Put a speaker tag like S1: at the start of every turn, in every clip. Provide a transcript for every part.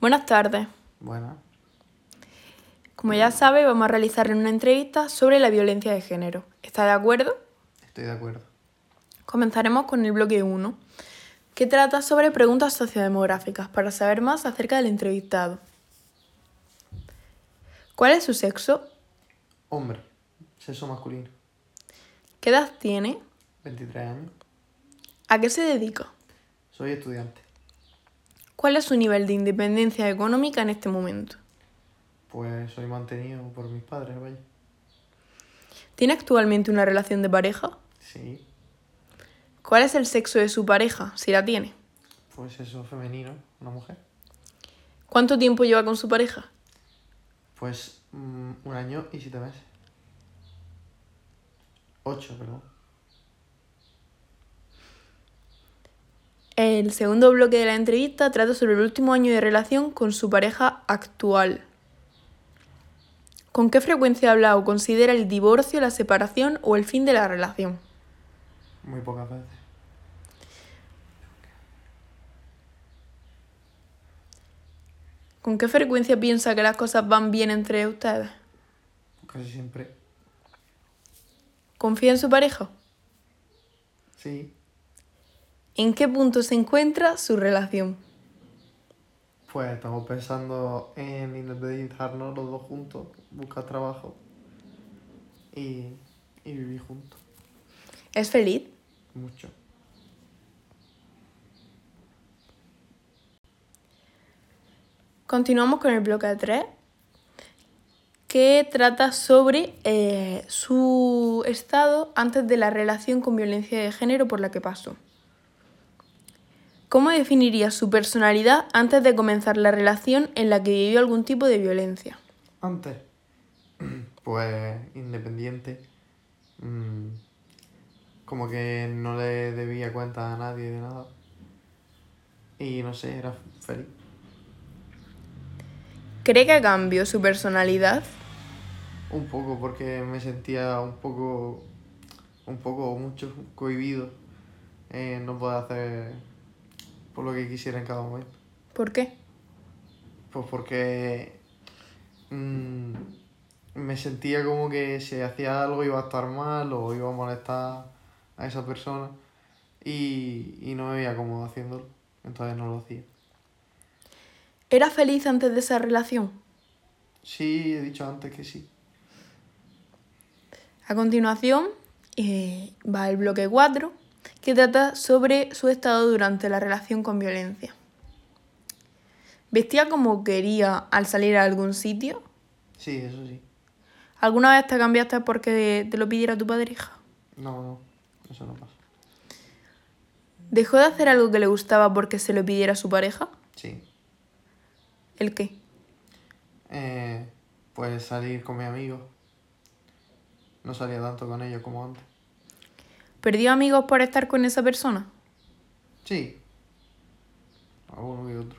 S1: Buenas tardes.
S2: Bueno,
S1: Como ya sabe, vamos a realizar una entrevista sobre la violencia de género. ¿Está de acuerdo?
S2: estoy de acuerdo.
S1: Comenzaremos con el bloque 1, que trata sobre preguntas sociodemográficas para saber más acerca del entrevistado. ¿Cuál es su sexo?
S2: Hombre, sexo masculino,
S1: ¿Qué edad tiene?
S2: 23 años.
S1: ¿A qué se dedica?
S2: Soy estudiante.
S1: ¿Cuál es su nivel de independencia económica en este momento?
S2: Pues soy mantenido por mis padres, vaya.
S1: ¿Tiene actualmente una relación de pareja?
S2: Sí,
S1: ¿Cuál es el sexo de su pareja, si la tiene?
S2: pues sexo femenino, una mujer.
S1: ¿Cuánto tiempo lleva con su pareja?
S2: Pues mm, un año y siete meses. Ocho, perdón.
S1: El segundo bloque de la entrevista trata sobre el último año de relación con su pareja actual. ¿Con qué frecuencia habla o considera el divorcio, la separación o el fin de la relación?
S2: Muy pocas veces.
S1: ¿Con qué frecuencia piensa que las cosas van bien entre ustedes?
S2: Casi siempre.
S1: ¿Confía en su pareja?
S2: Sí,
S1: ¿En qué punto se encuentra su relación?
S2: pues estamos pensando en independizarnos los dos juntos, buscar trabajo y, y vivir juntos.
S1: ¿Es feliz?
S2: Mucho.
S1: Continuamos con el bloque 3, que trata sobre eh, su estado antes de la relación con violencia de género por la que pasó. ¿Cómo definiría su personalidad antes de comenzar la relación en la que vivió algún tipo de violencia?
S2: Antes, pues independiente. Mm, como que no le debía cuenta a nadie de nada. Y no sé, era feliz.
S1: ¿Cree que cambió su personalidad?
S2: Un poco porque me sentía un poco, un poco o mucho cohibido en no poder hacer por lo que quisiera en cada momento.
S1: ¿Por qué?
S2: Pues porque mm, me sentía como que si hacía algo iba a estar mal o iba a molestar a esa persona y, y no me veía cómodo haciéndolo, entonces no lo hacía.
S1: ¿Era feliz antes de esa relación?
S2: Sí, he dicho antes que sí.
S1: A continuación eh, va el bloque 4, que trata sobre su estado durante la relación con violencia. ¿Vestía como quería al salir a algún sitio?
S2: Sí, eso sí.
S1: ¿Alguna vez te cambiaste porque te lo pidiera tu pareja?
S2: No, no, eso no pasa.
S1: ¿Dejó de hacer algo que le gustaba porque se lo pidiera su pareja?
S2: Sí.
S1: ¿El qué?
S2: Eh, pues salir con mis amigos. No salía tanto con ellos como antes.
S1: ¿Perdió amigos por estar con esa persona?
S2: Sí. Alguno que otro.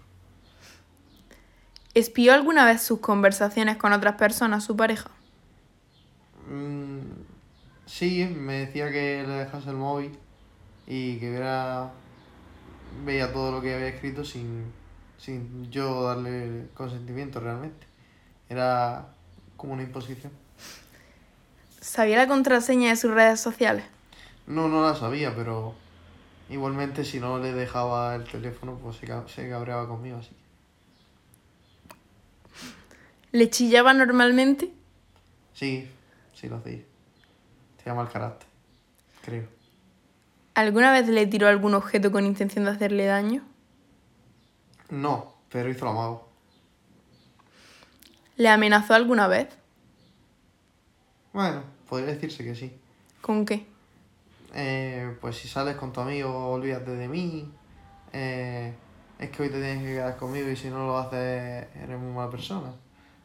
S1: ¿Espió alguna vez sus conversaciones con otras personas, su pareja?
S2: Mm, sí, me decía que le dejase el móvil y que viera. Veía todo lo que había escrito sin, sin yo darle consentimiento realmente. Era como una imposición.
S1: ¿Sabía la contraseña de sus redes sociales?
S2: No, no la sabía, pero igualmente si no le dejaba el teléfono, pues se, ca- se cabreaba conmigo así.
S1: ¿Le chillaba normalmente?
S2: Sí, sí lo hacía. Te mal carácter, creo.
S1: ¿Alguna vez le tiró algún objeto con intención de hacerle daño?
S2: No, pero hizo lo mago.
S1: ¿Le amenazó alguna vez?
S2: Bueno, podría decirse que sí.
S1: ¿Con qué?
S2: Eh, pues si sales con tu amigo, olvídate de mí. Eh, es que hoy te tienes que quedar conmigo y si no lo haces, eres muy mala persona.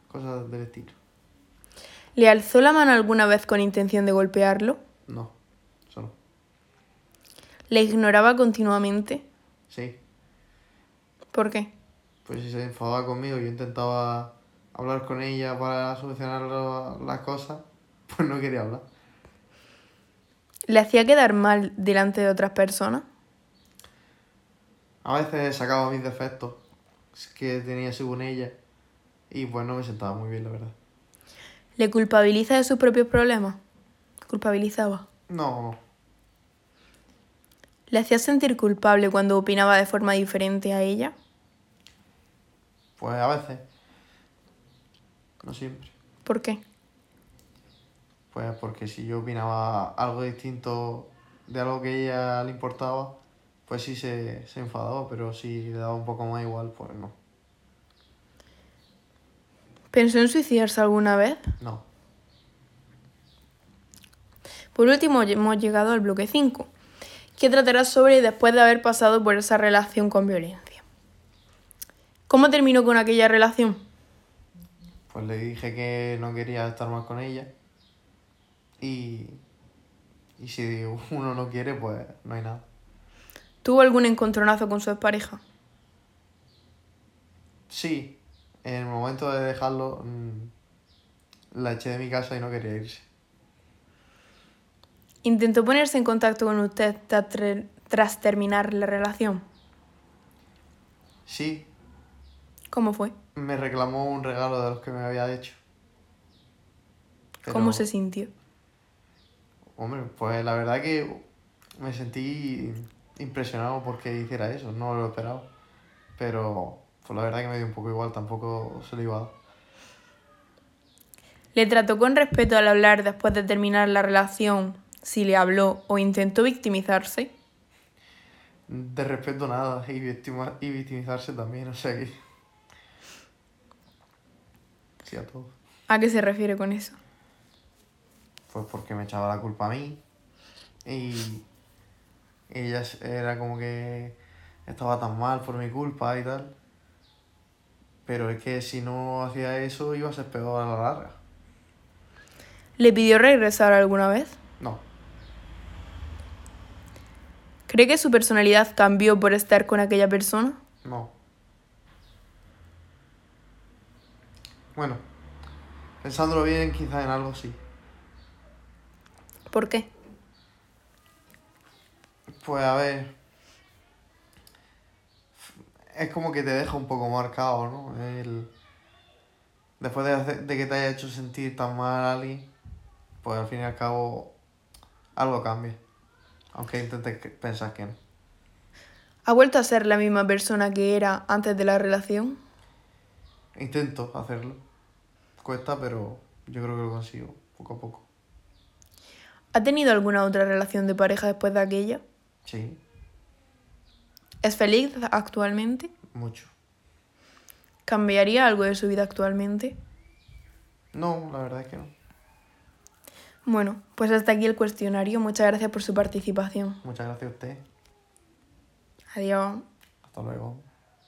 S2: Cosas del estilo.
S1: ¿Le alzó la mano alguna vez con intención de golpearlo?
S2: No, solo.
S1: ¿Le ignoraba continuamente?
S2: Sí.
S1: ¿Por qué?
S2: Pues si se enfadaba conmigo, yo intentaba hablar con ella para solucionar lo- las cosas, pues no quería hablar.
S1: ¿Le hacía quedar mal delante de otras personas?
S2: A veces sacaba mis defectos que tenía según ella. Y pues no me sentaba muy bien, la verdad.
S1: ¿Le culpabiliza de sus propios problemas? Culpabilizaba.
S2: No, no.
S1: ¿Le hacía sentir culpable cuando opinaba de forma diferente a ella?
S2: Pues a veces. No siempre.
S1: ¿Por qué?
S2: Pues porque si yo opinaba algo distinto de algo que a ella le importaba, pues sí se, se enfadaba, pero si le daba un poco más igual, pues no.
S1: ¿Pensó en suicidarse alguna vez?
S2: No.
S1: Por último, hemos llegado al bloque 5, que tratará sobre después de haber pasado por esa relación con violencia. ¿Cómo terminó con aquella relación?
S2: Pues le dije que no quería estar más con ella. Y, y si uno no quiere, pues no hay nada.
S1: ¿Tuvo algún encontronazo con su expareja?
S2: Sí, en el momento de dejarlo, mm, la eché de mi casa y no quería irse.
S1: ¿Intentó ponerse en contacto con usted tra- tre- tras terminar la relación?
S2: Sí,
S1: ¿Cómo fue?
S2: me reclamó un regalo de los que me había hecho. Pero,
S1: ¿Cómo se sintió?
S2: Hombre, pues la verdad que me sentí impresionado porque hiciera eso, no lo esperaba. Pero pues la verdad que me dio un poco igual, tampoco se lo iba a dar.
S1: ¿Le trató con respeto al hablar después de terminar la relación si le habló o intentó victimizarse?
S2: De respeto nada, y, victima- y victimizarse también, o sea que... Sí, a todos.
S1: ¿A qué se refiere con eso?
S2: Pues porque me echaba la culpa a mí. Y ella s- era como que estaba tan mal por mi culpa y tal. Pero es que si no hacía eso iba a ser peor a la larga.
S1: ¿Le pidió regresar alguna vez?
S2: No,
S1: ¿Cree que su personalidad cambió por estar con aquella persona?
S2: no. Bueno, pensándolo bien, quizás en algo sí.
S1: ¿Por qué?
S2: Pues a ver. Es como que te deja un poco marcado, ¿no? El... Después de, hacer- de que te haya hecho sentir tan mal a alguien, pues al fin y al cabo algo cambia. Aunque intentes que- pensar que no.
S1: ¿Ha vuelto a ser la misma persona que era antes de la relación?
S2: Intento hacerlo. Cuesta, pero yo creo que lo consigo, poco a poco.
S1: ¿Ha tenido alguna otra relación de pareja después de aquella?
S2: Sí,
S1: ¿Es feliz actualmente?
S2: mucho.
S1: ¿Cambiaría algo de su vida actualmente?
S2: No, la verdad es que no.
S1: Bueno, pues hasta aquí el cuestionario. Muchas gracias por su participación.
S2: Muchas gracias a usted.
S1: Adiós.
S2: Hasta luego.